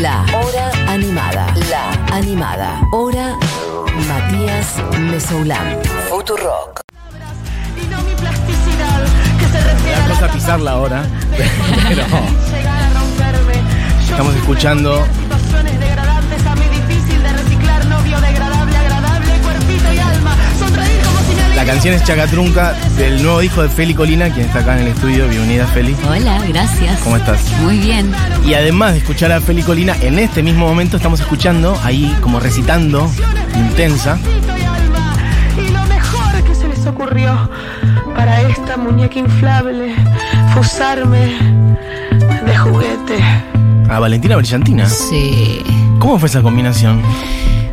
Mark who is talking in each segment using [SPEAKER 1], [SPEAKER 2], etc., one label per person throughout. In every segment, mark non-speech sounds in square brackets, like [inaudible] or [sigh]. [SPEAKER 1] La Hora Animada. La Animada. Hora Matías Mesoulán. Futurock.
[SPEAKER 2] y no mi plasticidad que se
[SPEAKER 3] Me
[SPEAKER 2] refiere
[SPEAKER 3] da
[SPEAKER 2] a la
[SPEAKER 3] cosa pisarla ahora. [laughs]
[SPEAKER 2] pero llegar a romperme. Yo
[SPEAKER 3] Estamos
[SPEAKER 2] sufro
[SPEAKER 3] escuchando-
[SPEAKER 2] de situaciones degradantes a mí difícil de reciclar novio degradable agradable cuerpito y alma sonreír como si me
[SPEAKER 3] La canción es Chacatrunca del nuevo hijo de Feli Colina, quien está acá en el estudio. Bienvenida, Feli.
[SPEAKER 4] Hola, gracias.
[SPEAKER 3] ¿Cómo estás?
[SPEAKER 4] Muy bien.
[SPEAKER 3] Y además de escuchar a Feli Colina, en este mismo momento estamos escuchando, ahí como recitando, intensa,
[SPEAKER 2] cuerpito y alma y lo mejor que se les ocurrió para esta muñeca inflable fue usarme de juguete
[SPEAKER 3] a Valentina Brillantina.
[SPEAKER 4] Sí.
[SPEAKER 3] ¿Cómo fue esa combinación?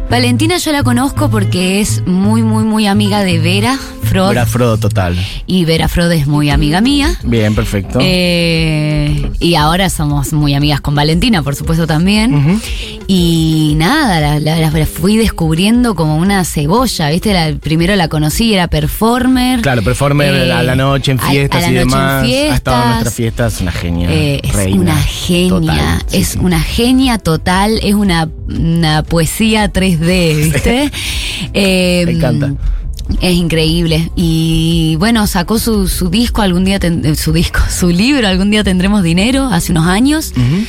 [SPEAKER 4] Valentina yo la conozco porque es muy, muy, muy amiga de Vera Frod.
[SPEAKER 3] Era Frodo total.
[SPEAKER 4] Y Vera Frod es muy amiga mía.
[SPEAKER 3] Bien, perfecto.
[SPEAKER 4] Eh, y ahora somos muy amigas con Valentina, por supuesto también.
[SPEAKER 3] Ujú.
[SPEAKER 4] Y nada, la, la- la- la fui descubriendo como una cebolla, ¿viste? La- primero la conocí, era performer.
[SPEAKER 3] Claro, performer
[SPEAKER 4] Eh,
[SPEAKER 3] a la noche en
[SPEAKER 4] a- a
[SPEAKER 3] fiestas
[SPEAKER 4] la
[SPEAKER 3] y
[SPEAKER 4] noche en
[SPEAKER 3] demás. Ha estado en
[SPEAKER 4] fiestas.
[SPEAKER 3] nuestras fiestas, una genia.
[SPEAKER 4] Eh, es
[SPEAKER 3] reina,
[SPEAKER 4] una genia,
[SPEAKER 3] total, sí,
[SPEAKER 4] es
[SPEAKER 3] sí.
[SPEAKER 4] una genia total, es una, una poesía 3D,
[SPEAKER 3] [laughs]
[SPEAKER 4] ¿viste? Eh,
[SPEAKER 3] Me encanta.
[SPEAKER 4] Es increíble. Y bueno, sacó su, su disco, algún día, ten- eh, su disco, [laughs] su libro, algún día tendremos dinero, hace unos años.
[SPEAKER 3] Ujú.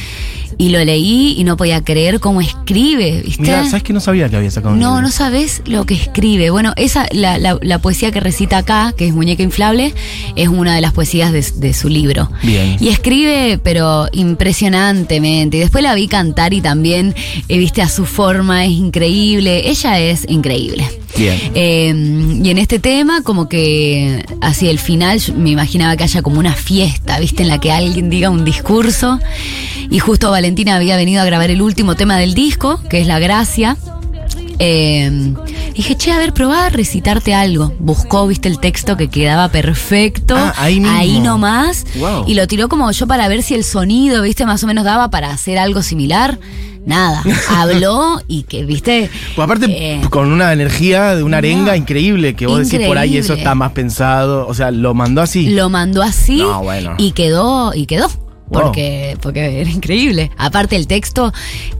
[SPEAKER 4] Y lo leí y no podía creer cómo escribe, ¿viste?
[SPEAKER 3] Mira, ¿sabes que no sabía que había sacado un
[SPEAKER 4] No,
[SPEAKER 3] libro?
[SPEAKER 4] no sabes lo que escribe. Bueno, esa, la, la- la poesía que recita acá, que es Muñeca Inflable, es una de las poesías de, de su libro.
[SPEAKER 3] Bien.
[SPEAKER 4] Y escribe, pero impresionantemente. Y después la vi cantar y también, eh, viste, a su forma, es increíble. Ella es increíble.
[SPEAKER 3] Bien.
[SPEAKER 4] Eh, y en este tema, como que hacia el final, yo me imaginaba que haya como una fiesta, ¿viste? En la que alguien diga un discurso. Y justo Valentina había venido a grabar el último tema del disco, que es La Gracia. Eh, dije, che, a ver, probá a recitarte algo. Buscó, viste, el texto que quedaba perfecto.
[SPEAKER 3] Ah, ahí mismo.
[SPEAKER 4] nomás.
[SPEAKER 3] Wow.
[SPEAKER 4] Y lo tiró como yo para ver si el sonido, viste, más o menos daba para hacer algo similar. Nada.
[SPEAKER 3] [laughs]
[SPEAKER 4] Habló y que, viste.
[SPEAKER 3] Pues aparte,
[SPEAKER 4] eh,
[SPEAKER 3] con una energía de una arenga
[SPEAKER 4] no.
[SPEAKER 3] increíble, que vos decís por ahí
[SPEAKER 4] Increíble.
[SPEAKER 3] eso está más pensado. O sea, lo mandó así.
[SPEAKER 4] lo mandó así
[SPEAKER 3] No, bueno.
[SPEAKER 4] y quedó y quedó
[SPEAKER 3] Wow.
[SPEAKER 4] porque porque era increíble aparte el texto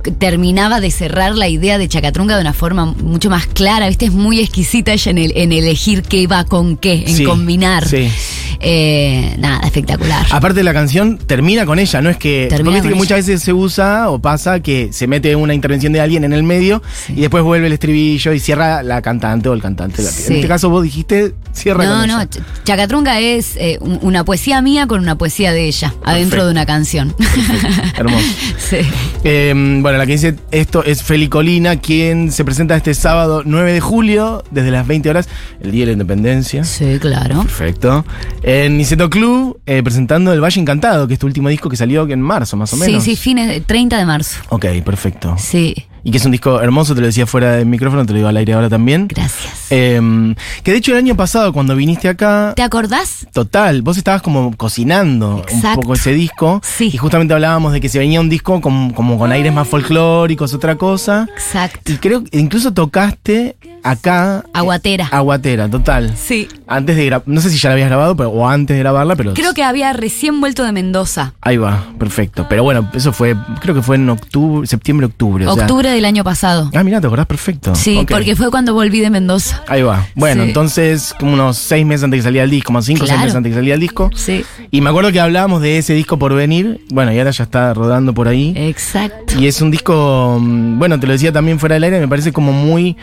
[SPEAKER 4] c- terminaba de cerrar la idea de Chacatrunga de una forma mucho más clara viste es muy exquisita ella en el en elegir qué va con qué en
[SPEAKER 3] Sí,
[SPEAKER 4] combinar
[SPEAKER 3] sí. Ah,
[SPEAKER 4] Eh, nada espectacular
[SPEAKER 3] Aparte la canción termina con ella, no es que
[SPEAKER 4] Termina
[SPEAKER 3] porque viste
[SPEAKER 4] con
[SPEAKER 3] que muchas veces se usa o pasa que se mete una intervención de alguien en el medio y después vuelve el estribillo y cierra la cantante o el cantante.
[SPEAKER 4] Sí.
[SPEAKER 3] En este caso vos dijiste cierra
[SPEAKER 4] no
[SPEAKER 3] con
[SPEAKER 4] no
[SPEAKER 3] ella.
[SPEAKER 4] Ch- Chacatrunga es eh, un- una poesía mía con una poesía de ella adentro de una canción [laughs]
[SPEAKER 3] Hermoso.
[SPEAKER 4] sí
[SPEAKER 3] Eh, bueno, la que dice esto es Feli Colina, quien se presenta este sábado 9 de julio desde las 20 horas, el día de la Independencia.
[SPEAKER 4] sí claro
[SPEAKER 3] Perfecto. En Niceto Club, eh, presentando El Valle Encantado, que es tu último disco que salió en marzo, más o
[SPEAKER 4] sí
[SPEAKER 3] menos.
[SPEAKER 4] sí fines de- 30 de marzo
[SPEAKER 3] Ok, perfecto.
[SPEAKER 4] sí
[SPEAKER 3] Y que es un disco hermoso, te lo decía fuera del micrófono, te lo digo al aire ahora también.
[SPEAKER 4] gracias
[SPEAKER 3] Em, que de hecho el año pasado, cuando viniste acá,
[SPEAKER 4] ¿te acordás?
[SPEAKER 3] total, vos estabas como cocinando un
[SPEAKER 4] Exacto.
[SPEAKER 3] poco ese disco.
[SPEAKER 4] Sí.
[SPEAKER 3] Y justamente hablábamos de que se venía un disco con- como con aires más folclóricos, otra cosa.
[SPEAKER 4] Exacto.
[SPEAKER 3] Y creo que incluso tocaste acá.
[SPEAKER 4] Aguatera.
[SPEAKER 3] Ah. Aguatera, total.
[SPEAKER 4] Sí.
[SPEAKER 3] Antes de grabar, no sé si ya la habías grabado pero, o antes de grabarla, pero.
[SPEAKER 4] Creo que había recién vuelto de Mendoza.
[SPEAKER 3] Ahí va, perfecto. Pero bueno, eso fue, creo que fue en octubre, septiembre, octubre. o sea-
[SPEAKER 4] Octubre del año pasado.
[SPEAKER 3] Ah, mira, te acordás perfecto.
[SPEAKER 4] Sí,
[SPEAKER 3] Ok.
[SPEAKER 4] porque fue cuando volví de Mendoza.
[SPEAKER 3] Ahí va. Bueno,
[SPEAKER 4] Sí.
[SPEAKER 3] entonces, como unos seis meses antes que salía el disco, como cinco o seis
[SPEAKER 4] Claro.
[SPEAKER 3] meses antes que salía el disco.
[SPEAKER 4] Sí.
[SPEAKER 3] Y me acuerdo que hablábamos de ese disco por venir. Bueno, y ahora ya está rodando por ahí.
[SPEAKER 4] Exacto.
[SPEAKER 3] Y es un disco, mm, bueno, te lo decía también fuera del aire, me parece como muy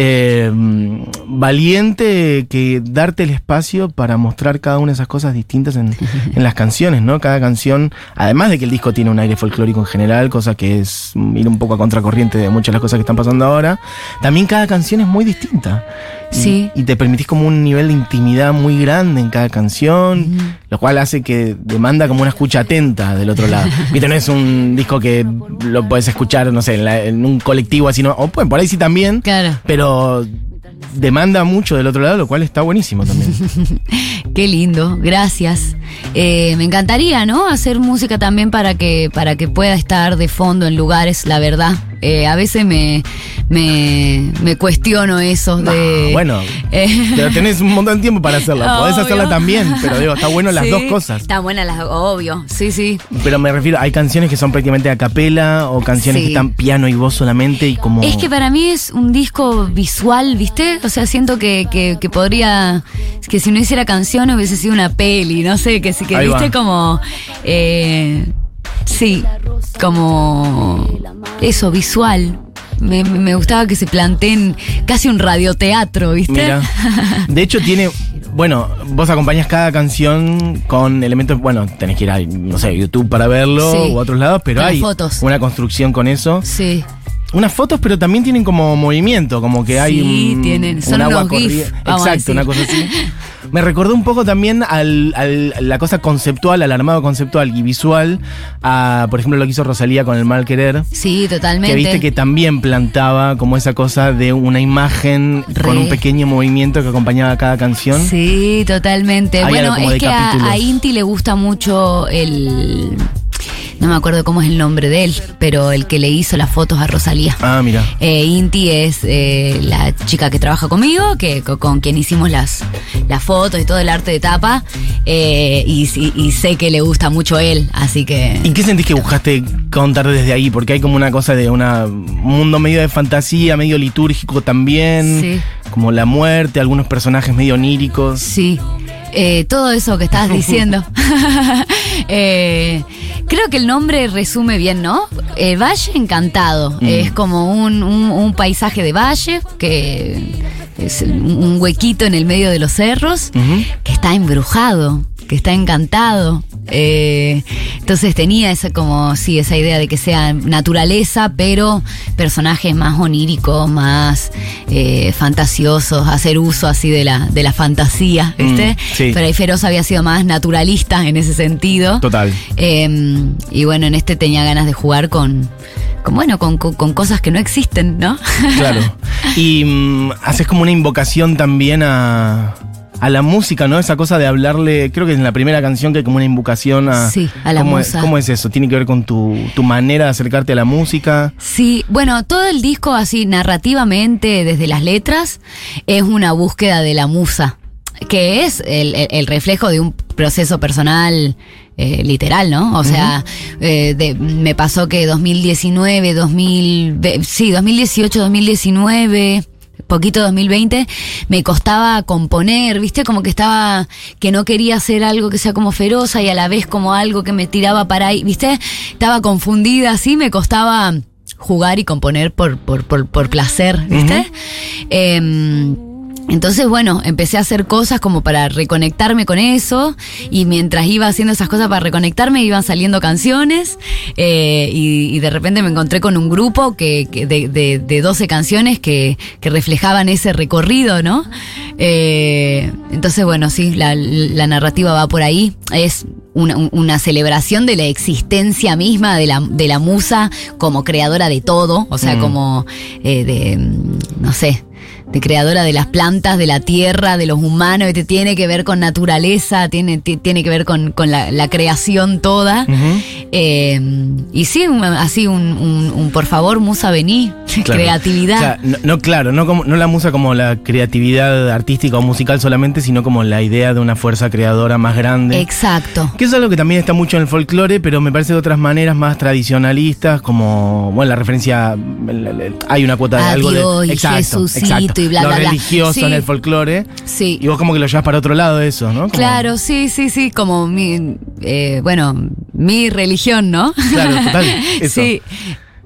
[SPEAKER 3] eh, mm, valiente que darte el espacio para mostrar cada una de esas cosas distintas en, en las canciones, ¿no? Cada canción, además de que el disco tiene un aire folclórico en general, cosa que es mm, ir un poco a contracorriente de muchas de las cosas que están pasando ahora, también cada canción es muy distinta. Y-
[SPEAKER 4] Sí.
[SPEAKER 3] Y te permitís como un nivel de intimidad muy grande en cada canción, lo cual hace que demanda como una escucha atenta del otro
[SPEAKER 4] [laughs]
[SPEAKER 3] lado. Viste, no es un disco que lo puedes escuchar, no sé, en, la- en un colectivo así, no, o pues por ahí sí también,
[SPEAKER 4] Claro.
[SPEAKER 3] pero demanda mucho del otro lado, lo cual está
[SPEAKER 4] [laughs]
[SPEAKER 3] buenísimo también.
[SPEAKER 4] Qué lindo. Gracias. Eh, me encantaría, ¿no? Hacer música también para que, para que pueda estar de fondo en lugares, la verdad. Eh, a veces me, me, me cuestiono eso
[SPEAKER 3] No,
[SPEAKER 4] de.
[SPEAKER 3] Ah, bueno,
[SPEAKER 4] [laughs] Eh.
[SPEAKER 3] pero tenés un montón de tiempo para
[SPEAKER 4] [laughs]
[SPEAKER 3] hacerla. Podés
[SPEAKER 4] Obvio.
[SPEAKER 3] hacerla también, pero digo, está bueno las
[SPEAKER 4] Sí,
[SPEAKER 3] dos cosas.
[SPEAKER 4] Está buena las obvio. Sí, sí.
[SPEAKER 3] Pero me refiero, hay canciones que son prácticamente a capela o canciones
[SPEAKER 4] Sí.
[SPEAKER 3] que están piano y voz solamente y como...
[SPEAKER 4] Es que para mí es un disco visual, ¿viste? O sea, siento que, que, que podría. Que si no hiciera canción hubiese sido una peli, no sé, que sí, que
[SPEAKER 3] Ahí
[SPEAKER 4] viste
[SPEAKER 3] va.
[SPEAKER 4] como. eh, sí, como. Eso, visual. Me, me gustaba que se planteen casi un radioteatro, ¿viste? [laughs]
[SPEAKER 3] Mira. De hecho tiene... Bueno, vos acompañas cada canción con elementos... Bueno, tenés que ir a, no sé, YouTube para verlo
[SPEAKER 4] Sí.
[SPEAKER 3] u otros lados, pero
[SPEAKER 4] Con las
[SPEAKER 3] hay
[SPEAKER 4] fotos.
[SPEAKER 3] una construcción con eso.
[SPEAKER 4] sí.
[SPEAKER 3] Unas fotos, pero también tienen como movimiento, como que hay
[SPEAKER 4] Sí,
[SPEAKER 3] un,
[SPEAKER 4] tienen, son
[SPEAKER 3] un agua
[SPEAKER 4] unos gif,
[SPEAKER 3] corriendo.
[SPEAKER 4] vamos a
[SPEAKER 3] Exacto, una cosa
[SPEAKER 4] decir.
[SPEAKER 3] así.
[SPEAKER 4] [laughs]
[SPEAKER 3] Me recordó un poco también al, al- a la cosa conceptual, al armado conceptual y visual, a, por ejemplo, lo que hizo Rosalía con El Mal Querer.
[SPEAKER 4] Sí, totalmente.
[SPEAKER 3] Que viste que también plantaba como esa cosa de una imagen con
[SPEAKER 4] Re.
[SPEAKER 3] un pequeño movimiento que acompañaba cada canción.
[SPEAKER 4] Sí, totalmente.
[SPEAKER 3] Hay
[SPEAKER 4] bueno,
[SPEAKER 3] algo como
[SPEAKER 4] es
[SPEAKER 3] de
[SPEAKER 4] que a,
[SPEAKER 3] capítulos.
[SPEAKER 4] a Inti le gusta mucho el. No me acuerdo cómo es el nombre de él, pero el que le hizo las fotos a Rosalía.
[SPEAKER 3] Ah, mira.
[SPEAKER 4] Eh, Inti es eh, la chica que trabaja conmigo, que co- con, quien hicimos las, las fotos y todo el arte de tapa, eh, y, y- y sé que le gusta mucho él, así que...
[SPEAKER 3] ¿Y qué sentís que buscaste contar desde ahí? Porque hay como una cosa de una, un mundo medio de fantasía, medio litúrgico también.
[SPEAKER 4] Sí.
[SPEAKER 3] Como la muerte, algunos personajes medio oníricos.
[SPEAKER 4] Sí, eh, todo eso que estabas diciendo. [laughs] Eh, creo que el nombre resume bien, ¿no? Eh, valle Encantado. Es como un, un- un paisaje de valle que es un un huequito en el medio de los cerros
[SPEAKER 3] Ujú.
[SPEAKER 4] que está embrujado, que está encantado. Eh, entonces tenía esa como sí esa idea de que sea naturaleza, pero personajes más oníricos, más eh, fantasiosos, hacer uso así de la de la fantasía, ¿viste?
[SPEAKER 3] Mm, sí.
[SPEAKER 4] Pero ahí Feroz había sido más naturalista en ese sentido.
[SPEAKER 3] Total.
[SPEAKER 4] Eh, y bueno, en este tenía ganas de jugar con, con bueno, con, con- con cosas que no existen, ¿no?
[SPEAKER 3] Claro. Y mm, haces como una invocación también a, a la música, ¿no? Esa cosa de hablarle, creo que en la primera canción que hay como una invocación a...
[SPEAKER 4] Sí, a la
[SPEAKER 3] ¿cómo
[SPEAKER 4] musa.
[SPEAKER 3] Es, ¿Cómo es eso? ¿Tiene que ver con tu, tu manera de acercarte a la música?
[SPEAKER 4] Sí, bueno, todo el disco así narrativamente, desde las letras, es una búsqueda de la musa, que es el, el- el reflejo de un proceso personal eh, literal, ¿no? O sea, eh, de- me pasó que 2019, 2000, sí, 2018, 2019 poquito 2020, me costaba componer, ¿viste? Como que estaba, que no quería hacer algo que sea como feroza y a la vez como algo que me tiraba para ahí, ¿viste? Estaba confundida, así me costaba jugar y componer por, por, por, por placer, ¿viste? Em, entonces, bueno, empecé a hacer cosas como para reconectarme con eso y mientras iba haciendo esas cosas para reconectarme iban saliendo canciones eh, y, y de repente me encontré con un grupo que, que de, de- de 12 canciones que, que reflejaban ese recorrido, ¿no? Eh, entonces, bueno, sí, la, la narrativa va por ahí. Es una, un- una celebración de la existencia misma de la, de la musa como creadora de todo, o
[SPEAKER 3] Mm.
[SPEAKER 4] sea, como eh, de, mm, no sé, de creadora de las plantas, de la tierra, de los humanos, este, tiene que ver con naturaleza, tiene, ti- tiene que ver con, con la, la creación toda.
[SPEAKER 3] Mm.
[SPEAKER 4] Eh, y sí, un- así un, un- un por favor, musa, vení, [laughs]
[SPEAKER 3] Claro.
[SPEAKER 4] creatividad.
[SPEAKER 3] O sea, no, no, claro, no, como, no la musa como la creatividad artística o musical solamente, sino como la idea de una fuerza creadora más grande.
[SPEAKER 4] Exacto.
[SPEAKER 3] Que es algo que también está mucho en el folclore, pero me parece de otras maneras más tradicionalistas, como, bueno, la referencia, la- la- hay una cuota de
[SPEAKER 4] A
[SPEAKER 3] algo
[SPEAKER 4] Ah, Dios y
[SPEAKER 3] de...
[SPEAKER 4] Jesucito y bla,
[SPEAKER 3] lo
[SPEAKER 4] bla, bla.
[SPEAKER 3] religioso
[SPEAKER 4] Sí.
[SPEAKER 3] en el folclore.
[SPEAKER 4] Sí.
[SPEAKER 3] Y vos como que lo llevas para otro lado eso, ¿no? Como-
[SPEAKER 4] Claro, sí, sí, sí, como mi, eh, bueno, mi religión, ¿no? [laughs]
[SPEAKER 3] Claro, total, eso.
[SPEAKER 4] Sí,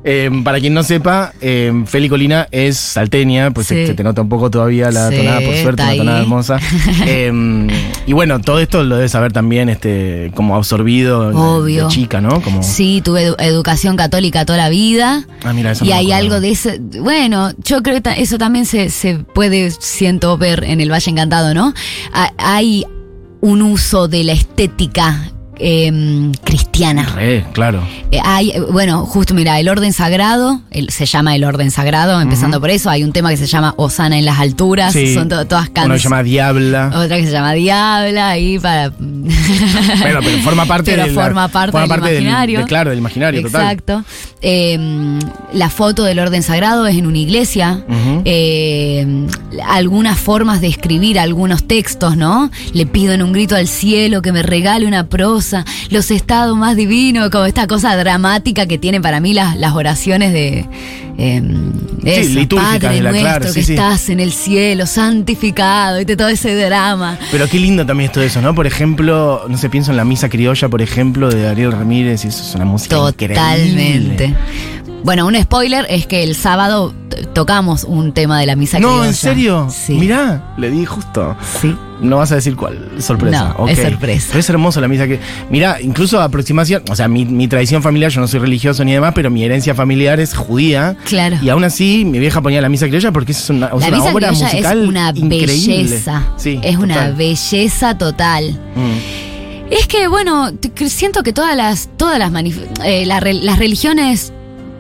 [SPEAKER 3] Eh, para quien no sepa, eh, Feli Colina es salteña, pues
[SPEAKER 4] Sí.
[SPEAKER 3] se, se te nota un poco todavía la
[SPEAKER 4] Sí,
[SPEAKER 3] tonada, por suerte,
[SPEAKER 4] está
[SPEAKER 3] una tonada
[SPEAKER 4] ahí. [laughs]
[SPEAKER 3] hermosa. Eh, y bueno, todo esto lo debes saber también, este, como absorbido de-
[SPEAKER 4] Obvio.
[SPEAKER 3] de chica, ¿no? Como,
[SPEAKER 4] sí, tuve edu- educación católica toda la vida.
[SPEAKER 3] Ah, mira, eso
[SPEAKER 4] Y
[SPEAKER 3] no me
[SPEAKER 4] hay
[SPEAKER 3] acuerdo.
[SPEAKER 4] algo de eso. Bueno, yo creo que ta- eso también se, se puede, siento, ver en el Valle Encantado, ¿no? Ha- Hay un uso de la estética eh, cristiana.
[SPEAKER 3] Re, claro.
[SPEAKER 4] Eh, hay, eh, bueno, justo mira, el orden sagrado, el- se llama el orden sagrado, empezando por eso, hay un tema que se llama Osana en las alturas,
[SPEAKER 3] Sí.
[SPEAKER 4] son to- todas
[SPEAKER 3] Uno que se
[SPEAKER 4] canciones. [laughs]
[SPEAKER 3] llama Diabla.
[SPEAKER 4] Otra que se llama Diabla, ahí para... [laughs]
[SPEAKER 3] [laughs] Bueno, pero forma parte
[SPEAKER 4] Pero
[SPEAKER 3] del-
[SPEAKER 4] forma parte del imaginario.
[SPEAKER 3] de- claro, del imaginario, total.
[SPEAKER 4] Exacto. Eh, la foto del orden sagrado es en una iglesia.
[SPEAKER 3] Ujú.
[SPEAKER 4] Eh, algunas formas de escribir algunos textos, ¿no? Le pido en un grito al cielo que me regale una prosa, los estados más divinos, como esta cosa dramática que tiene para mí las, las oraciones de... eh, eso,
[SPEAKER 3] litúrgicas
[SPEAKER 4] Padre
[SPEAKER 3] de la-
[SPEAKER 4] nuestro
[SPEAKER 3] claro, sí,
[SPEAKER 4] que
[SPEAKER 3] sí.
[SPEAKER 4] estás en el cielo, santificado, y todo ese drama.
[SPEAKER 3] Pero qué lindo también es todo eso, ¿no? Por ejemplo, no sé, pienso en la misa criolla, por ejemplo, de Ariel Ramírez, y eso es una música
[SPEAKER 4] Totalmente.
[SPEAKER 3] increíble.
[SPEAKER 4] Bueno, un spoiler es que el sábado t- tocamos un tema de la misa
[SPEAKER 3] No,
[SPEAKER 4] criolla.
[SPEAKER 3] ¿en serio?
[SPEAKER 4] Sí.
[SPEAKER 3] Mirá, le di justo.
[SPEAKER 4] Sí.
[SPEAKER 3] No vas a decir cuál, sorpresa.
[SPEAKER 4] No, es
[SPEAKER 3] ok.
[SPEAKER 4] sorpresa.
[SPEAKER 3] Pero es hermoso la misa que. Mirá, incluso aproximación, o sea, mi, mi tradición familiar, yo no soy religioso ni demás, pero mi herencia familiar es judía.
[SPEAKER 4] Claro.
[SPEAKER 3] Y aún así, mi vieja ponía la misa criolla porque es una, o sea,
[SPEAKER 4] la
[SPEAKER 3] una
[SPEAKER 4] misa
[SPEAKER 3] obra
[SPEAKER 4] criolla es
[SPEAKER 3] musical.
[SPEAKER 4] una
[SPEAKER 3] increíble.
[SPEAKER 4] belleza.
[SPEAKER 3] Sí,
[SPEAKER 4] es una
[SPEAKER 3] total.
[SPEAKER 4] belleza total.
[SPEAKER 3] Mm.
[SPEAKER 4] Es que, bueno, t- que siento que todas las, todas las, manif- eh, la re- las religiones,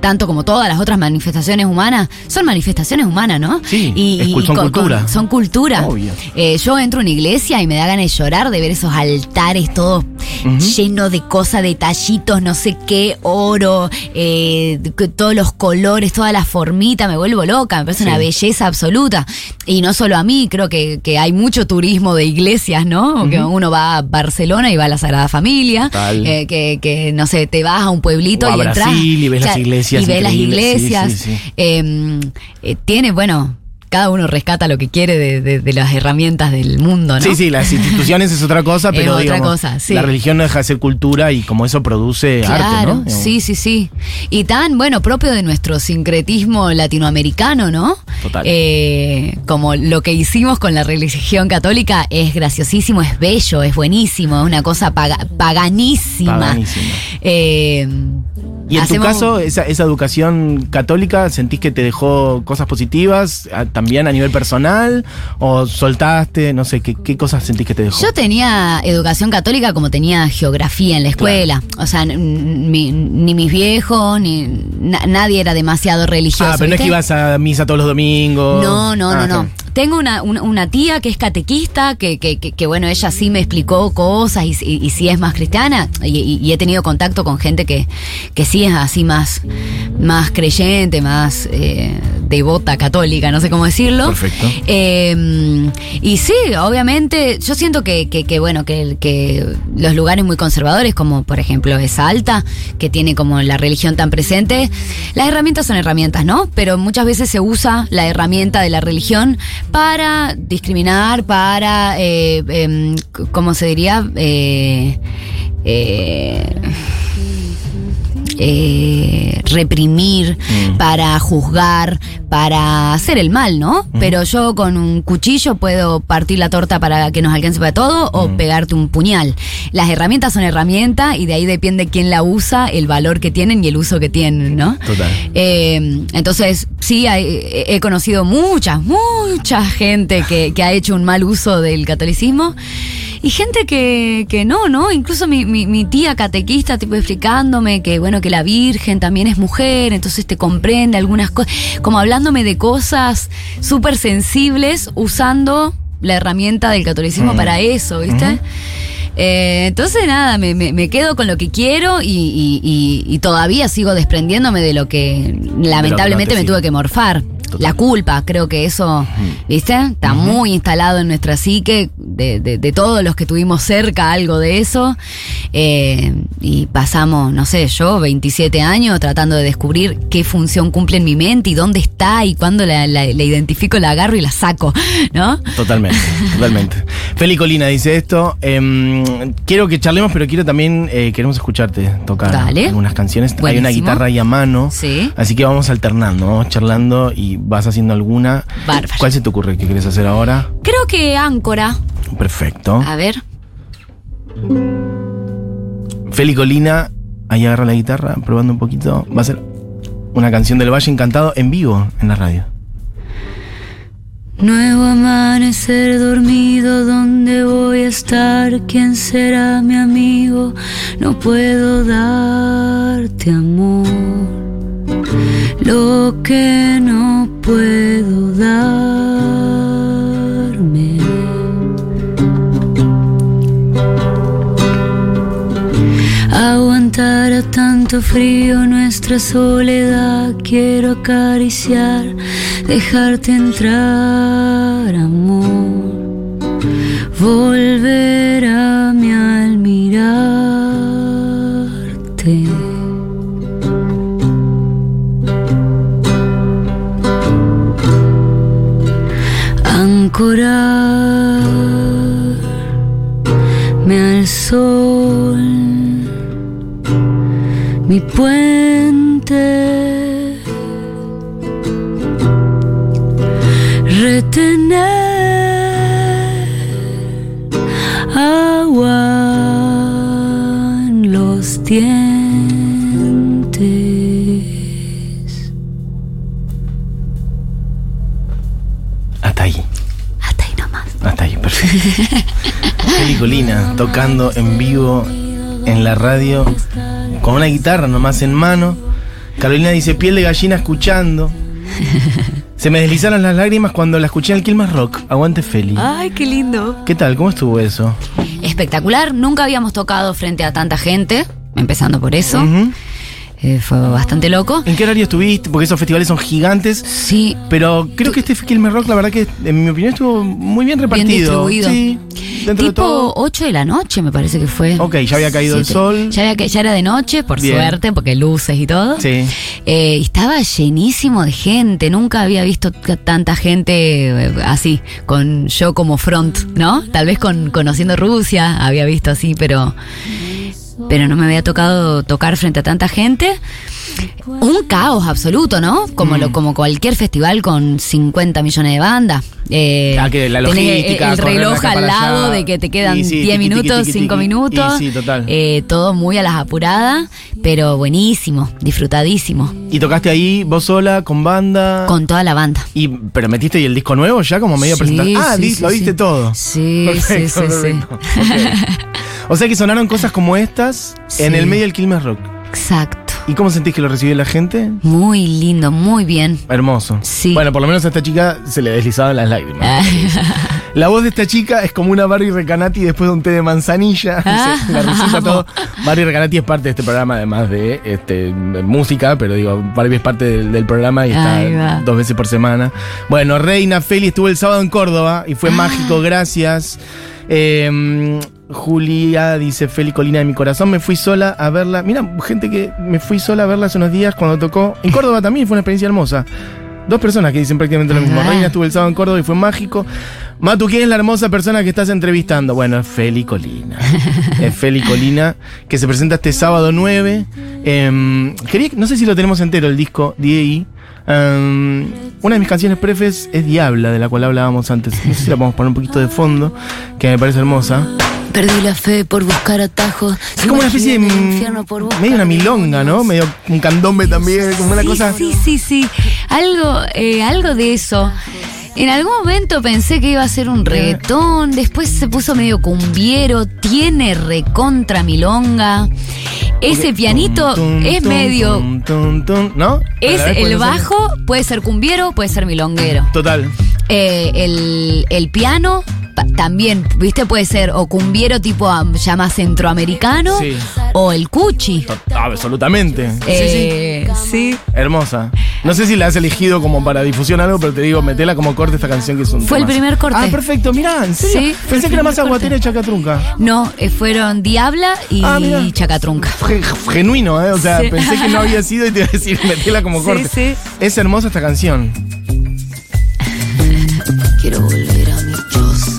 [SPEAKER 4] tanto como todas las otras manifestaciones humanas, son manifestaciones humanas, ¿no?
[SPEAKER 3] Sí, es cul- son cultura.
[SPEAKER 4] son cultura.
[SPEAKER 3] Obvio.
[SPEAKER 4] Eh, yo entro a una iglesia y me da ganas de llorar de ver esos altares todos llenos de cosas, detallitos, no sé qué, oro, eh, que todos los colores, toda la formita, me vuelvo loca, me parece
[SPEAKER 3] Sí.
[SPEAKER 4] una belleza absoluta. Y no solo a mí, creo que, que hay mucho turismo de iglesias, ¿no? Porque uno va a Barcelona y va a la Sagrada Familia,
[SPEAKER 3] Total.
[SPEAKER 4] eh, que, que, no sé, te vas a un pueblito
[SPEAKER 3] O a
[SPEAKER 4] y entras.
[SPEAKER 3] Brasil y ves las
[SPEAKER 4] Claro,
[SPEAKER 3] iglesias
[SPEAKER 4] Y ves las
[SPEAKER 3] increíbles, sí,
[SPEAKER 4] iglesias.
[SPEAKER 3] sí, sí.
[SPEAKER 4] Eh, eh, tiene, bueno, cada uno rescata lo que quiere de, de- de las herramientas del mundo, ¿no?
[SPEAKER 3] Sí, sí, las instituciones es otra
[SPEAKER 4] [laughs]
[SPEAKER 3] cosa,
[SPEAKER 4] Es
[SPEAKER 3] pero
[SPEAKER 4] otra
[SPEAKER 3] digamos,
[SPEAKER 4] cosa, sí.
[SPEAKER 3] la religión no deja de ser cultura y como eso produce arte,
[SPEAKER 4] Claro,
[SPEAKER 3] ¿no? Digamos,
[SPEAKER 4] sí, sí, sí. Y tan, bueno, propio de nuestro sincretismo latinoamericano, ¿no?
[SPEAKER 3] Total.
[SPEAKER 4] Eh, como lo que hicimos con la religión católica es graciosísimo, es bello, es buenísimo, es una cosa paga- paganísima.
[SPEAKER 3] Paganísima.
[SPEAKER 4] Eh,
[SPEAKER 3] Y en
[SPEAKER 4] hacemos-
[SPEAKER 3] tu caso, esa, esa educación católica, ¿sentís que te dejó cosas positivas ah, también a nivel personal? ¿O soltaste? No sé, ¿qué, qué cosas sentís que te dejó?
[SPEAKER 4] Yo tenía educación católica como tenía geografía en la escuela. O sea, n- n- mi- ni mis viejos, ni na- nadie era demasiado religioso.
[SPEAKER 3] ah, pero no es
[SPEAKER 4] ¿viste?
[SPEAKER 3] que ibas a misa todos los domingos.
[SPEAKER 4] No, no, no,
[SPEAKER 3] Ah,
[SPEAKER 4] no.
[SPEAKER 3] está bien.
[SPEAKER 4] Tengo una, una, una tía que es catequista, que, que, que, que, bueno, ella sí me explicó cosas y, y, y sí es más cristiana, y, y- y he tenido contacto con gente que, que sí es así más, más creyente, más eh, devota católica, no sé cómo decirlo.
[SPEAKER 3] Perfecto.
[SPEAKER 4] Eh, y sí, obviamente, yo siento que, que, que, bueno, que, que los lugares muy conservadores, como por ejemplo esa alta, que tiene como la religión tan presente, las herramientas son herramientas, ¿no? Pero muchas veces se usa la herramienta de la religión para discriminar, para, eh, em, c- ¿cómo se diría? Eh, eh, eh, reprimir, para juzgar, para hacer el mal, ¿no? Pero yo con un cuchillo puedo partir la torta para que nos alcance para todo o pegarte un puñal. Las herramientas son herramientas y de ahí depende quién la usa, el valor que tienen y el uso que tienen, ¿no?
[SPEAKER 3] Total.
[SPEAKER 4] Eh, entonces, sí, hay- he conocido muchas, mucha gente que, que ha hecho un mal uso del catolicismo. Y gente que, que no, ¿no? Incluso mi, mi- mi tía catequista, tipo, explicándome que, bueno, que la Virgen también es mujer, entonces te comprende algunas cosas, como hablándome de cosas súper sensibles, usando la herramienta del catolicismo para eso, ¿viste? Eh, entonces nada, me, me- me quedo con lo que quiero y, y- y- y todavía sigo desprendiéndome de lo que lamentablemente me
[SPEAKER 3] sirve.
[SPEAKER 4] tuve que morfar. La culpa, creo que eso, ¿viste? Está muy instalado en nuestra psique, de, de- de todos los que tuvimos cerca algo de eso. Eh, y pasamos, no sé, yo 27 años tratando de descubrir qué función cumple en mi mente y dónde está y cuándo la, la- la identifico, la agarro y la saco, ¿no?
[SPEAKER 3] Totalmente, totalmente. Feli Colina dice esto. em, quiero que charlemos, pero quiero también, eh, queremos escucharte tocar
[SPEAKER 4] Dale.
[SPEAKER 3] algunas canciones. Hay
[SPEAKER 4] Buenísimo.
[SPEAKER 3] una guitarra ahí a mano.
[SPEAKER 4] Sí.
[SPEAKER 3] Así que vamos alternando, vamos charlando y vas haciendo alguna.
[SPEAKER 4] Bárbaro.
[SPEAKER 3] ¿Cuál se te ocurre que quieres hacer ahora?
[SPEAKER 4] Creo que Áncora.
[SPEAKER 3] Perfecto.
[SPEAKER 4] A ver.
[SPEAKER 3] Feli Colina, ahí agarra la guitarra, probando un poquito. Va a ser una canción del Valle Encantado en vivo en la radio.
[SPEAKER 4] Nuevo amanecer dormido, ¿dónde voy a estar? ¿Quién será mi amigo? No puedo darte amor, lo que no puedo darme. Aguantar a tanto frío nuestra soledad, quiero acariciar, dejarte entrar, amor, volver a mí al mirarte. Ancorarme al sol mi puente. Retener agua en los dientes.
[SPEAKER 3] Hasta ahí.
[SPEAKER 4] Hasta ahí nomás.
[SPEAKER 3] Hasta ahí, perfecto. Peliculina, tocando en vivo en la radio con una guitarra nomás en mano. Carolina dice, piel de gallina escuchando. Se me deslizaron las lágrimas cuando la escuché al Kilmas Rock. Aguante Feli.
[SPEAKER 4] Ay, qué lindo.
[SPEAKER 3] ¿Qué tal? ¿Cómo estuvo eso?
[SPEAKER 4] Espectacular, nunca habíamos tocado frente a tanta gente, empezando por eso.
[SPEAKER 3] Ujú.
[SPEAKER 4] Eh, fue bastante loco.
[SPEAKER 3] ¿En qué horario estuviste? Porque esos festivales son gigantes.
[SPEAKER 4] Sí,
[SPEAKER 3] Pero creo que este Kilmas Rock, la verdad que en mi opinión estuvo muy bien repartido.
[SPEAKER 4] distribuido.
[SPEAKER 3] Sí, dentro de
[SPEAKER 4] tipo
[SPEAKER 3] todo.
[SPEAKER 4] 8 de la noche me parece que fue.
[SPEAKER 3] Ok, ya había caído el
[SPEAKER 4] Siete.
[SPEAKER 3] sol.
[SPEAKER 4] Ya, había ca- ya era de noche, por
[SPEAKER 3] Bien.
[SPEAKER 4] suerte, porque luces y todo.
[SPEAKER 3] Sí.
[SPEAKER 4] Eh, y estaba llenísimo de gente, nunca había visto t- tanta gente eh, así, con yo como front, ¿no? Tal vez con conociendo Rusia había visto así, pero pero no me había tocado tocar frente a tanta gente. Un caos absoluto, ¿no? Como
[SPEAKER 3] Mm.
[SPEAKER 4] lo como cualquier festival con 50 millones de bandas. Eh,
[SPEAKER 3] Ah, que la
[SPEAKER 4] tenés
[SPEAKER 3] logística,
[SPEAKER 4] el
[SPEAKER 3] correr de
[SPEAKER 4] reloj
[SPEAKER 3] acá
[SPEAKER 4] al
[SPEAKER 3] para
[SPEAKER 4] lado
[SPEAKER 3] allá.
[SPEAKER 4] de que te quedan
[SPEAKER 3] Y sí,
[SPEAKER 4] 10
[SPEAKER 3] tiqui, tiqui,
[SPEAKER 4] minutos,
[SPEAKER 3] tiqui,
[SPEAKER 4] 5
[SPEAKER 3] tiqui.
[SPEAKER 4] minutos.
[SPEAKER 3] Y sí, total.
[SPEAKER 4] Eh, todo muy a las apuradas, pero buenísimo, disfrutadísimo.
[SPEAKER 3] Y tocaste ahí, vos sola, con banda.
[SPEAKER 4] Con toda la banda.
[SPEAKER 3] Y, pero metiste y el disco nuevo ya como medio
[SPEAKER 4] Sí,
[SPEAKER 3] presentado. Ah,
[SPEAKER 4] sí,
[SPEAKER 3] di-
[SPEAKER 4] sí,
[SPEAKER 3] lo viste
[SPEAKER 4] sí.
[SPEAKER 3] todo.
[SPEAKER 4] Sí, sí,
[SPEAKER 3] Perfecto,
[SPEAKER 4] sí,
[SPEAKER 3] perfecto. Ok. O sea que sonaron cosas como estas en
[SPEAKER 4] Sí.
[SPEAKER 3] el medio del Quilmes Rock.
[SPEAKER 4] sí. Exacto.
[SPEAKER 3] ¿Y cómo sentís que lo recibió la gente?
[SPEAKER 4] Muy lindo, muy bien. [laughs]
[SPEAKER 3] Hermoso.
[SPEAKER 4] Sí.
[SPEAKER 3] Bueno, por lo menos a esta chica se le deslizaban las lágrimas.
[SPEAKER 4] Ah,
[SPEAKER 3] La voz de esta chica es como una Barbie Recanati después de un té de manzanilla.
[SPEAKER 4] Ah,
[SPEAKER 3] Se- la recita
[SPEAKER 4] amo.
[SPEAKER 3] todo. Barbie Recanati es parte de este programa, además de este, música, pero digo, Barbie es parte del, del programa y
[SPEAKER 4] Ahí
[SPEAKER 3] está
[SPEAKER 4] va.
[SPEAKER 3] dos veces por semana. Bueno, Reina Feli estuvo el sábado en Córdoba y fue
[SPEAKER 4] Ah.
[SPEAKER 3] mágico, gracias. Eh, Julia dice, Feli Colina de mi corazón, me fui sola a verla. Mira, gente que me fui sola a verla hace unos días cuando tocó. En Córdoba también fue una experiencia hermosa. Dos personas que dicen prácticamente lo mismo.
[SPEAKER 4] Ajá.
[SPEAKER 3] Reina estuvo el sábado en Córdoba y fue mágico. Matu, ¿quién es la hermosa persona que estás entrevistando? Bueno, es
[SPEAKER 4] [laughs]
[SPEAKER 3] Feli Colina. es Feli Colina, que se presenta este sábado 9. Em, quería, no sé si lo tenemos entero el disco DI. Em, una de mis canciones prefes es Diabla, de la cual hablábamos antes. No sé si la podemos poner un poquito de fondo, que me parece hermosa.
[SPEAKER 4] Perdí la fe por buscar atajos.
[SPEAKER 3] Es como una especie de.
[SPEAKER 4] Sumergí en el infierno por
[SPEAKER 3] mm,
[SPEAKER 4] buscar
[SPEAKER 3] Medio una milonga, ¿no?
[SPEAKER 4] demonios.
[SPEAKER 3] Medio un candombe también, como una
[SPEAKER 4] sí,
[SPEAKER 3] cosa.
[SPEAKER 4] Sí, sí, sí. Algo, eh, algo de eso. En algún momento pensé que iba a ser un reggaetón, después se puso medio cumbiero, tiene recontra milonga. Ese pianito
[SPEAKER 3] Tum, tum,
[SPEAKER 4] es
[SPEAKER 3] tum,
[SPEAKER 4] medio.
[SPEAKER 3] tum, tum, tum, ¿No?
[SPEAKER 4] Es
[SPEAKER 3] A la vez puede
[SPEAKER 4] el
[SPEAKER 3] ser-
[SPEAKER 4] bajo, puede ser cumbiero, puede ser milonguero.
[SPEAKER 3] Total.
[SPEAKER 4] Eh, el, el piano pa- también, ¿viste? Puede ser o cumbiero tipo am- ya más centroamericano
[SPEAKER 3] Sí.
[SPEAKER 4] o el cuchi.
[SPEAKER 3] To- Absolutamente.
[SPEAKER 4] Eh, sí.
[SPEAKER 3] Hermosa. No sé si la has elegido como para difusión o algo, pero te digo, metela como corte esta canción que es un
[SPEAKER 4] Fue el
[SPEAKER 3] temazo.
[SPEAKER 4] primer corte.
[SPEAKER 3] Ah, perfecto, mirá, en
[SPEAKER 4] Sí,
[SPEAKER 3] serio.
[SPEAKER 4] fue el
[SPEAKER 3] Pensé que era
[SPEAKER 4] primer
[SPEAKER 3] más
[SPEAKER 4] corte.
[SPEAKER 3] aguatera y chacatrunca.
[SPEAKER 4] No, eh, fueron Diabla y
[SPEAKER 3] Ah, mirá.
[SPEAKER 4] Chacatrunca.
[SPEAKER 3] Ge- Genuino, ¿eh? O sea,
[SPEAKER 4] Sí.
[SPEAKER 3] pensé que
[SPEAKER 4] [laughs]
[SPEAKER 3] no había sido y te iba a decir, metela como
[SPEAKER 4] Sí,
[SPEAKER 3] corte.
[SPEAKER 4] sí.
[SPEAKER 3] Es hermosa esta canción.
[SPEAKER 4] Quiero volver a mi choza.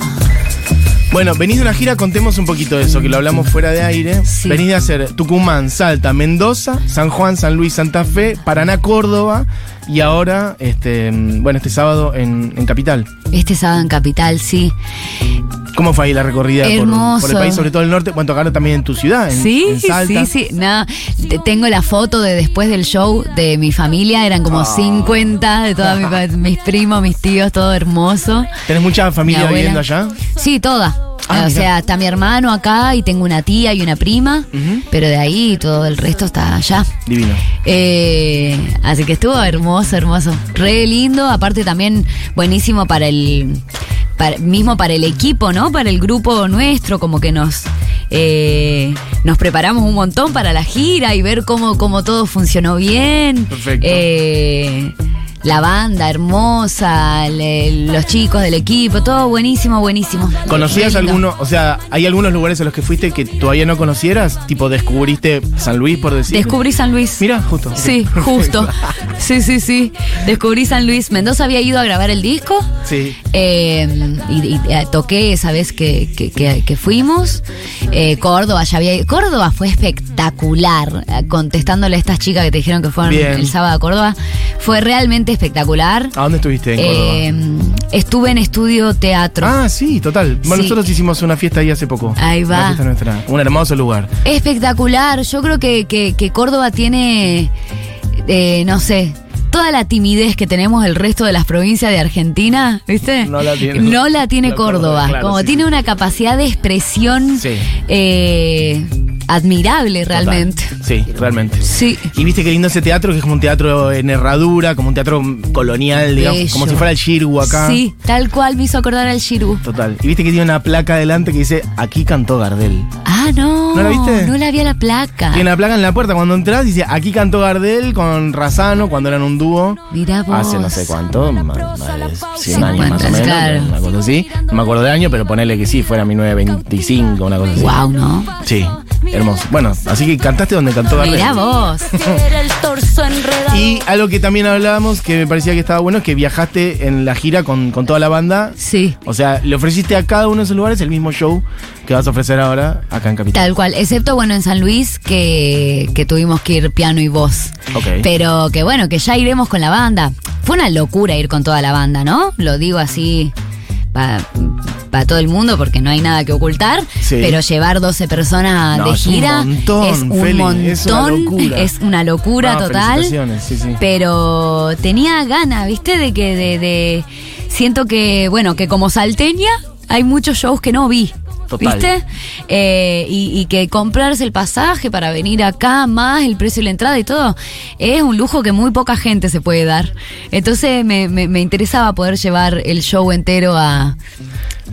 [SPEAKER 3] Bueno, venís de una gira, contemos un poquito de eso, que lo hablamos fuera de aire.
[SPEAKER 4] Sí.
[SPEAKER 3] Venís de hacer Tucumán, Salta, Mendoza, San Juan, San Luis, Santa Fe, Paraná, Córdoba y ahora, este, bueno, este sábado en, en Capital.
[SPEAKER 4] Este sábado en Capital, sí.
[SPEAKER 3] ¿Cómo fue ahí la recorrida por- por,
[SPEAKER 4] Hermoso.
[SPEAKER 3] el país, sobre todo el norte? Bueno, tocaron también en tu ciudad, en,
[SPEAKER 4] sí,
[SPEAKER 3] en Salta.
[SPEAKER 4] sí, sí. No, te- tengo la foto de después del show de mi familia. Eran
[SPEAKER 3] Ah.
[SPEAKER 4] como 50 de todos mis primos, mis tíos, todo hermoso.
[SPEAKER 3] ¿Tenés mucha
[SPEAKER 4] Mi
[SPEAKER 3] familia
[SPEAKER 4] abuela.
[SPEAKER 3] viviendo allá?
[SPEAKER 4] Sí, toda.
[SPEAKER 3] Ah,
[SPEAKER 4] o
[SPEAKER 3] mira.
[SPEAKER 4] sea, está mi hermano acá y tengo una tía y una prima,
[SPEAKER 3] Ujú.
[SPEAKER 4] pero de ahí todo el resto está allá.
[SPEAKER 3] Divino.
[SPEAKER 4] Eh, así que estuvo hermoso, hermoso. Re lindo, aparte también buenísimo para el. para- mismo para el equipo, ¿no? Para el grupo nuestro, como que nos. eh, nos preparamos un montón para la gira y ver cómo, cómo todo funcionó bien.
[SPEAKER 3] Perfecto.
[SPEAKER 4] Eh, la banda hermosa, le- los chicos del equipo, todo buenísimo, buenísimo.
[SPEAKER 3] ¿Conocías
[SPEAKER 4] Re lindo.
[SPEAKER 3] alguno, o sea, hay algunos lugares a los que fuiste que todavía no conocieras? Tipo, descubriste San Luis, por decir.
[SPEAKER 4] Descubrí San Luis.
[SPEAKER 3] Mira, justo.
[SPEAKER 4] Sí, justo. Sí, sí, sí. Descubrí San Luis. Mendoza había ido a grabar el disco.
[SPEAKER 3] Sí.
[SPEAKER 4] Eh, y, y, eh, toqué esa vez que, que- que- que fuimos. Eh, Córdoba ya había ido. Córdoba fue espectacular. Eh, Contestándole a estas chicas que te dijeron que fueron
[SPEAKER 3] Bien.
[SPEAKER 4] el sábado a Córdoba. Fue realmente espectacular.
[SPEAKER 3] ¿A dónde estuviste en Córdoba?
[SPEAKER 4] Eh, estuve en estudio teatro.
[SPEAKER 3] Ah, sí, total. Bueno,
[SPEAKER 4] Sí.
[SPEAKER 3] nosotros hicimos una fiesta ahí hace poco.
[SPEAKER 4] Ahí va.
[SPEAKER 3] Una fiesta nuestra. Un hermoso lugar.
[SPEAKER 4] Espectacular. Yo creo que, que- que Córdoba tiene, eh, no sé, toda la timidez que tenemos el resto de las provincias de Argentina, ¿viste?
[SPEAKER 3] No la tiene.
[SPEAKER 4] No la tiene
[SPEAKER 3] La Córdoba,
[SPEAKER 4] Córdoba.
[SPEAKER 3] claro,
[SPEAKER 4] Como
[SPEAKER 3] sí.
[SPEAKER 4] tiene una capacidad de expresión
[SPEAKER 3] Sí.
[SPEAKER 4] eh, admirable
[SPEAKER 3] Total.
[SPEAKER 4] realmente.
[SPEAKER 3] Sí, realmente.
[SPEAKER 4] Sí.
[SPEAKER 3] Y viste qué lindo ese teatro, que es como un teatro en herradura, como un teatro colonial, digamos,
[SPEAKER 4] Bello.
[SPEAKER 3] como si fuera el Shirgu acá.
[SPEAKER 4] Sí, tal cual me hizo acordar al Shiru.
[SPEAKER 3] Total. Y viste que tiene una placa adelante que dice, aquí cantó Gardel.
[SPEAKER 4] Ah, no.
[SPEAKER 3] ¿No la viste?
[SPEAKER 4] No la vi a la placa.
[SPEAKER 3] Tiene la placa en la puerta cuando entras, dice, aquí cantó Gardel con Razano cuando eran un dúo.
[SPEAKER 4] Mirá vos.
[SPEAKER 3] Hace Ah, no sé cuánto, ma- más de 100 años más o
[SPEAKER 4] 50,
[SPEAKER 3] menos,
[SPEAKER 4] claro.
[SPEAKER 3] una cosa así. No me acuerdo del año, pero ponele que sí, fuera 1925, una cosa así.
[SPEAKER 4] Wow, ¿no?
[SPEAKER 3] Sí, hermoso. Bueno, así que cantaste donde cantó Gardel.
[SPEAKER 4] Mirá vos.
[SPEAKER 3] Y algo que también hablábamos que me parecía que estaba bueno es que viajaste en la gira con, con toda la banda.
[SPEAKER 4] Sí.
[SPEAKER 3] O sea, le ofreciste a cada uno de esos lugares el mismo show que vas a ofrecer ahora acá en Capital.
[SPEAKER 4] Tal cual, excepto bueno en San Luis que, que tuvimos que ir piano y voz.
[SPEAKER 3] Ok.
[SPEAKER 4] Pero que bueno, que ya iremos con la banda. Fue una locura ir con toda la banda, ¿no? Lo digo así para todo el mundo porque no hay nada que ocultar.
[SPEAKER 3] Sí.
[SPEAKER 4] Pero llevar 12 personas
[SPEAKER 3] No,
[SPEAKER 4] de
[SPEAKER 3] es un
[SPEAKER 4] gira
[SPEAKER 3] montón,
[SPEAKER 4] es un
[SPEAKER 3] Feli, es una
[SPEAKER 4] montón,
[SPEAKER 3] locura.
[SPEAKER 4] es una locura
[SPEAKER 3] No,
[SPEAKER 4] total.
[SPEAKER 3] felicitaciones, sí, sí.
[SPEAKER 4] Pero tenía ganas, ¿viste? De que de, de- siento que bueno, que como salteña hay muchos shows que no vi.
[SPEAKER 3] Total.
[SPEAKER 4] ¿Viste? Eh, y, y que comprarse el pasaje para venir acá, más el precio de la entrada y todo, es un lujo que muy poca gente se puede dar. Entonces me, me- me interesaba poder llevar el show entero a...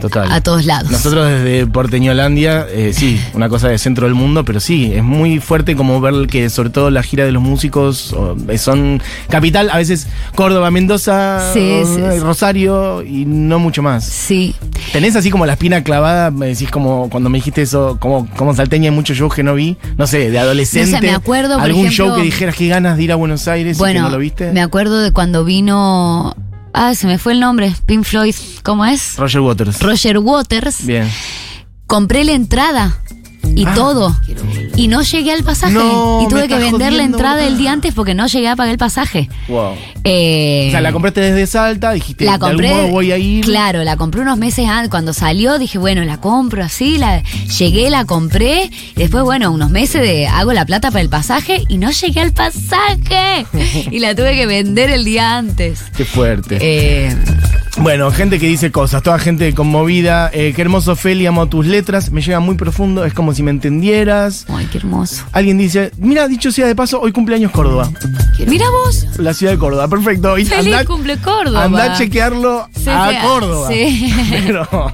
[SPEAKER 3] Total.
[SPEAKER 4] a todos lados.
[SPEAKER 3] Nosotros desde Porteñolandia, eh, sí, una cosa de centro del mundo, pero sí, es muy fuerte como ver que sobre todo la gira de los músicos o, eh, son capital, a veces Córdoba, Mendoza,
[SPEAKER 4] Sí, sí,
[SPEAKER 3] eh,
[SPEAKER 4] sí.
[SPEAKER 3] Rosario y no mucho más.
[SPEAKER 4] Sí,
[SPEAKER 3] ¿Tenés así como la espina clavada? Me decís como cuando me dijiste eso, como, como salteña hay muchos shows que no vi, no sé, de adolescente.
[SPEAKER 4] No sé, me acuerdo, por
[SPEAKER 3] Algún
[SPEAKER 4] ejemplo-
[SPEAKER 3] show que dijeras que ganas de ir a Buenos Aires y que
[SPEAKER 4] bueno,
[SPEAKER 3] no lo viste.
[SPEAKER 4] me acuerdo de cuando vino... Ah, se me fue el nombre, Pink Floyd, ¿cómo es?
[SPEAKER 3] Roger Waters.
[SPEAKER 4] Roger Waters.
[SPEAKER 3] Bien.
[SPEAKER 4] Compré la entrada y
[SPEAKER 3] Ah.
[SPEAKER 4] todo. Y no llegué al pasaje.
[SPEAKER 3] No,
[SPEAKER 4] y
[SPEAKER 3] me
[SPEAKER 4] tuve que
[SPEAKER 3] estás
[SPEAKER 4] vender la
[SPEAKER 3] jodiendo,
[SPEAKER 4] entrada
[SPEAKER 3] boluda.
[SPEAKER 4] el día antes porque no llegué a pagar el pasaje.
[SPEAKER 3] Wow.
[SPEAKER 4] Eh,
[SPEAKER 3] O sea, la compraste desde Salta, dijiste,
[SPEAKER 4] la compré,
[SPEAKER 3] de algún modo voy a ir.
[SPEAKER 4] Claro, la compré unos meses antes. Cuando salió dije, bueno, la compro así, la llegué, la compré. Y después, bueno, unos meses de hago la plata para el pasaje y no llegué al
[SPEAKER 3] [laughs]
[SPEAKER 4] pasaje. y la tuve que vender el día antes.
[SPEAKER 3] Qué fuerte.
[SPEAKER 4] Eh,
[SPEAKER 3] Bueno, gente que dice cosas, toda gente conmovida. Eh, qué hermoso, Feli, amo tus letras. Me llega muy profundo, es como si me entendieras.
[SPEAKER 4] ay, qué hermoso.
[SPEAKER 3] Alguien dice, mira, dicho sea de paso, hoy cumpleaños Córdoba.
[SPEAKER 4] Mira vos,
[SPEAKER 3] La ciudad de Córdoba, perfecto. Y
[SPEAKER 4] feliz
[SPEAKER 3] andá-
[SPEAKER 4] cumple Córdoba.
[SPEAKER 3] Andá a chequearlo
[SPEAKER 4] Sí,
[SPEAKER 3] a
[SPEAKER 4] sí, ah,
[SPEAKER 3] Córdoba.
[SPEAKER 4] sí.
[SPEAKER 3] [laughs] Pero,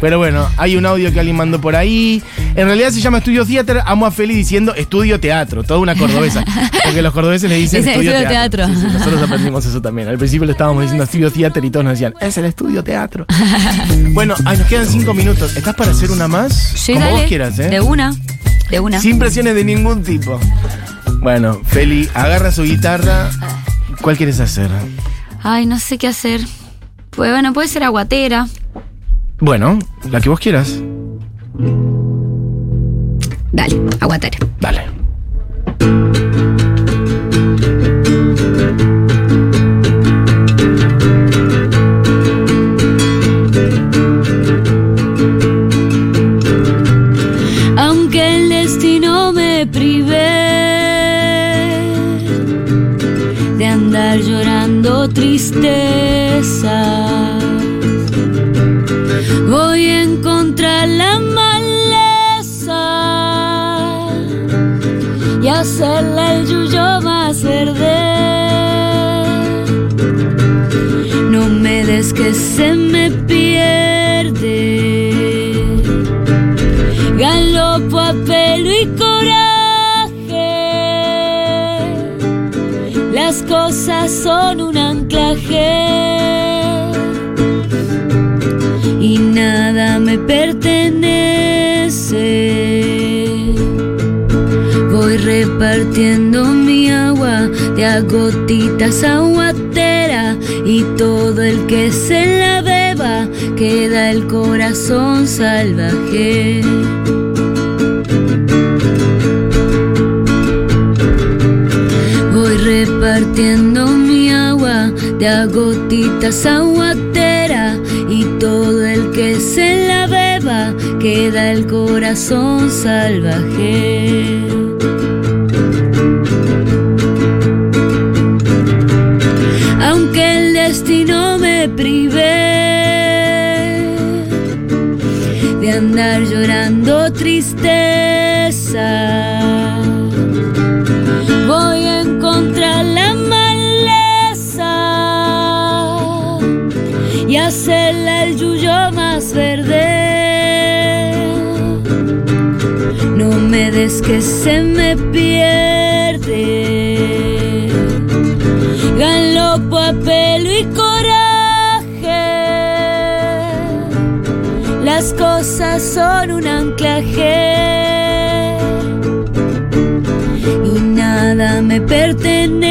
[SPEAKER 3] pero bueno, hay un audio que alguien mandó por ahí. En realidad se llama Estudio Theater. Amo a Feli diciendo Estudio Teatro. Toda una cordobesa. Porque los cordobeses le dicen
[SPEAKER 4] Dicen
[SPEAKER 3] Estudio
[SPEAKER 4] estudio
[SPEAKER 3] Teatro.
[SPEAKER 4] teatro.
[SPEAKER 3] Sí, sí, nosotros aprendimos eso también. Al principio le estábamos diciendo Estudio Theater y todos nos decían, es el Estudio Teatro. [laughs] bueno, ay, nos quedan cinco minutos. ¿Estás para hacer una más?
[SPEAKER 4] Sí,
[SPEAKER 3] Como vos
[SPEAKER 4] dale.
[SPEAKER 3] quieras, ¿eh?
[SPEAKER 4] De una, de una.
[SPEAKER 3] Sin presiones de ningún tipo. Bueno, Feli, agarra su guitarra. ¿Cuál quieres hacer?
[SPEAKER 4] Ay, no sé qué hacer. Pues bueno, puede ser aguatera.
[SPEAKER 3] Bueno, la que vos quieras.
[SPEAKER 4] Dale, aguantar.
[SPEAKER 3] Dale.
[SPEAKER 4] Aunque el destino me prive de andar llorando tristeza, voy a encontrar la maleza y hacerle el yuyo más verde. No me des que se me pierde galopo a pelo y coraje. Las cosas son un anclaje y nada me pertenece. Voy repartiendo mi agua de a gotitas aguatera y todo el que se la beba queda el corazón salvaje. Voy repartiendo mi agua de a gotitas aguatera y todo el que se la beba queda el corazón salvaje. Aunque el destino me prive de andar llorando tristeza voy a encontrar la maleza y hacerla el yuyo más verde. No me des que se me pierde. Galopo a pelo y coraje. Las cosas son un anclaje y nada me pertenece.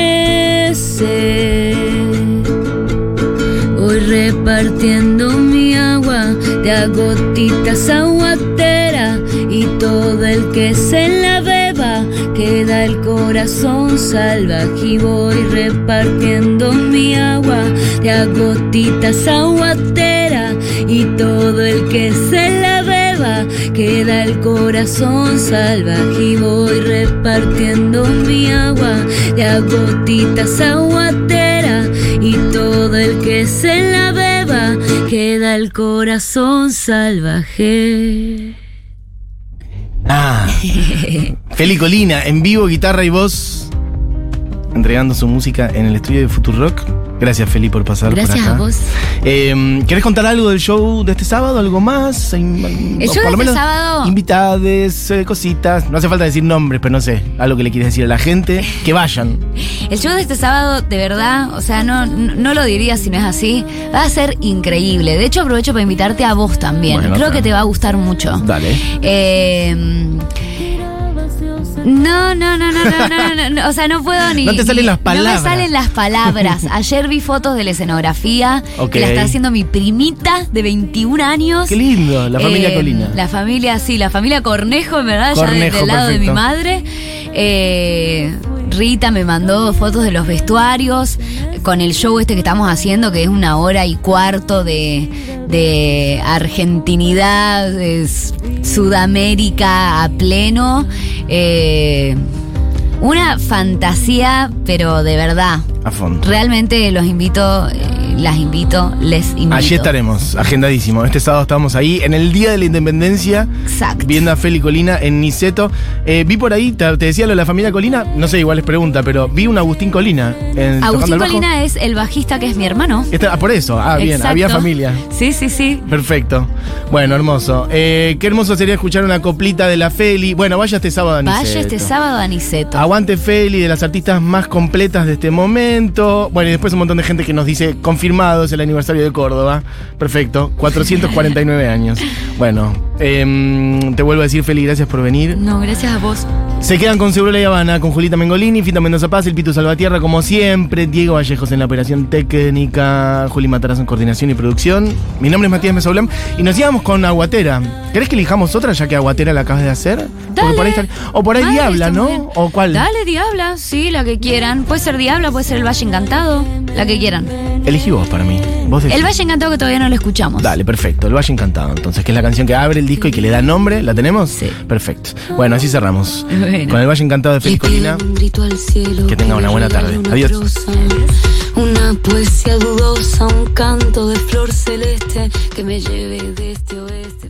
[SPEAKER 4] Voy repartiendo mi agua de a gotitas aguatera y todo el que se la beba queda el corazón salvaje y voy repartiendo mi agua de a gotitas aguatera y todo el que se la beba queda el corazón salvaje y voy repartiendo mi agua de a gotitas aguatera y todo el que se la beba queda el corazón salvaje.
[SPEAKER 3] Ah. [laughs] Feli Colina, en vivo, guitarra y voz. Entregando su música en el estudio de Futurock. Gracias, Feli, por pasar por
[SPEAKER 4] Gracias
[SPEAKER 3] acá.
[SPEAKER 4] a vos.
[SPEAKER 3] Eh, ¿Querés contar algo del show de este sábado? ¿Algo más? Hay- o
[SPEAKER 4] El show de este sábado.
[SPEAKER 3] Invitades, eh, cositas. No hace falta decir nombres, pero no sé. Algo que le quieres decir a la gente. Que vayan.
[SPEAKER 4] El show de este sábado, de verdad, o sea, no, no no lo diría si no es así, va a ser increíble. De hecho, aprovecho para invitarte a vos también.
[SPEAKER 3] Bueno,
[SPEAKER 4] Creo
[SPEAKER 3] claro.
[SPEAKER 4] que te va a gustar mucho.
[SPEAKER 3] Dale.
[SPEAKER 4] Eh, no, no, no, no, no, no, no, no, o sea, no puedo ni...
[SPEAKER 3] No te salen
[SPEAKER 4] ni-
[SPEAKER 3] las palabras.
[SPEAKER 4] No me salen las
[SPEAKER 3] [laughs]
[SPEAKER 4] palabras. Ayer vi fotos de la escenografía
[SPEAKER 3] Ok.
[SPEAKER 4] que la está haciendo mi primita de 21 años.
[SPEAKER 3] Qué lindo, la familia
[SPEAKER 4] Eh,
[SPEAKER 3] Colina.
[SPEAKER 4] La familia, sí, la familia Cornejo, en verdad, ya de-
[SPEAKER 3] Cornejo,
[SPEAKER 4] del lado de mi
[SPEAKER 3] perfecto.
[SPEAKER 4] madre. Eh, Rita me mandó fotos de los vestuarios con el show este que estamos haciendo, que es una hora y cuarto de, de argentinidad, de S- Sudamérica a pleno. Eh, una fantasía, pero de verdad.
[SPEAKER 3] A fondo.
[SPEAKER 4] Realmente los invito, eh, las invito, les invito.
[SPEAKER 3] Allí estaremos, agendadísimo. Este sábado estábamos ahí en el Día de la Independencia.
[SPEAKER 4] Exacto.
[SPEAKER 3] Viendo a Feli Colina en Niceto. Eh, vi por ahí, te, te decía lo de la familia Colina, no sé, igual es pregunta, pero vi un Agustín Colina en tocando
[SPEAKER 4] Agustín
[SPEAKER 3] el bajo.
[SPEAKER 4] Colina es el bajista que es mi hermano.
[SPEAKER 3] Está- ah, por eso, ah, bien,
[SPEAKER 4] Exacto.
[SPEAKER 3] había familia.
[SPEAKER 4] Sí, sí, sí.
[SPEAKER 3] Perfecto. Bueno, hermoso. Eh, qué hermoso sería escuchar una coplita de la Feli. Bueno, vaya este sábado a Niceto.
[SPEAKER 4] Vaya este sábado a Niceto.
[SPEAKER 3] Aguante Feli, de las artistas más completas de este momento. Bueno, y después un montón de gente que nos dice, confirmado es el aniversario de Córdoba. Perfecto, 449 años. Bueno, em, te vuelvo a decir Feli, gracias por venir.
[SPEAKER 4] No, gracias a vos.
[SPEAKER 3] Se quedan con Seguro y Habana, con Julita Mengolini, Fito Mendoza Paz, El Pitu Salvatierra, como siempre, Diego Vallejos en la operación técnica, Juli Matarazzo en coordinación y producción. Mi nombre es Matías Mesoblam y nos íbamos con Aguatera. ¿Querés que elijamos otra ya que Aguatera la acabas de hacer? Porque
[SPEAKER 4] Dale.
[SPEAKER 3] por ahí está- o por ahí
[SPEAKER 4] Dale,
[SPEAKER 3] Diabla,
[SPEAKER 4] está muy
[SPEAKER 3] ¿no?
[SPEAKER 4] bien.
[SPEAKER 3] ¿O cuál?
[SPEAKER 4] Dale, Diabla, sí, la que quieran. Puede ser Diabla, puede ser El Valle Encantado, la que quieran.
[SPEAKER 3] Elegí vos para mí. Vos decí.
[SPEAKER 4] El Valle Encantado que todavía no lo escuchamos.
[SPEAKER 3] Dale, perfecto. El Valle Encantado, entonces, que es la canción que abre el disco y que le da nombre. ¿La tenemos?
[SPEAKER 4] Sí.
[SPEAKER 3] Perfecto. Bueno, así cerramos.
[SPEAKER 4] Bueno.
[SPEAKER 3] Con el Valle Encantado de Félix Colina.
[SPEAKER 5] Que tenga una buena tarde. Adiós. Una poesía dudosa, un canto de flor celeste que me lleve de este oeste.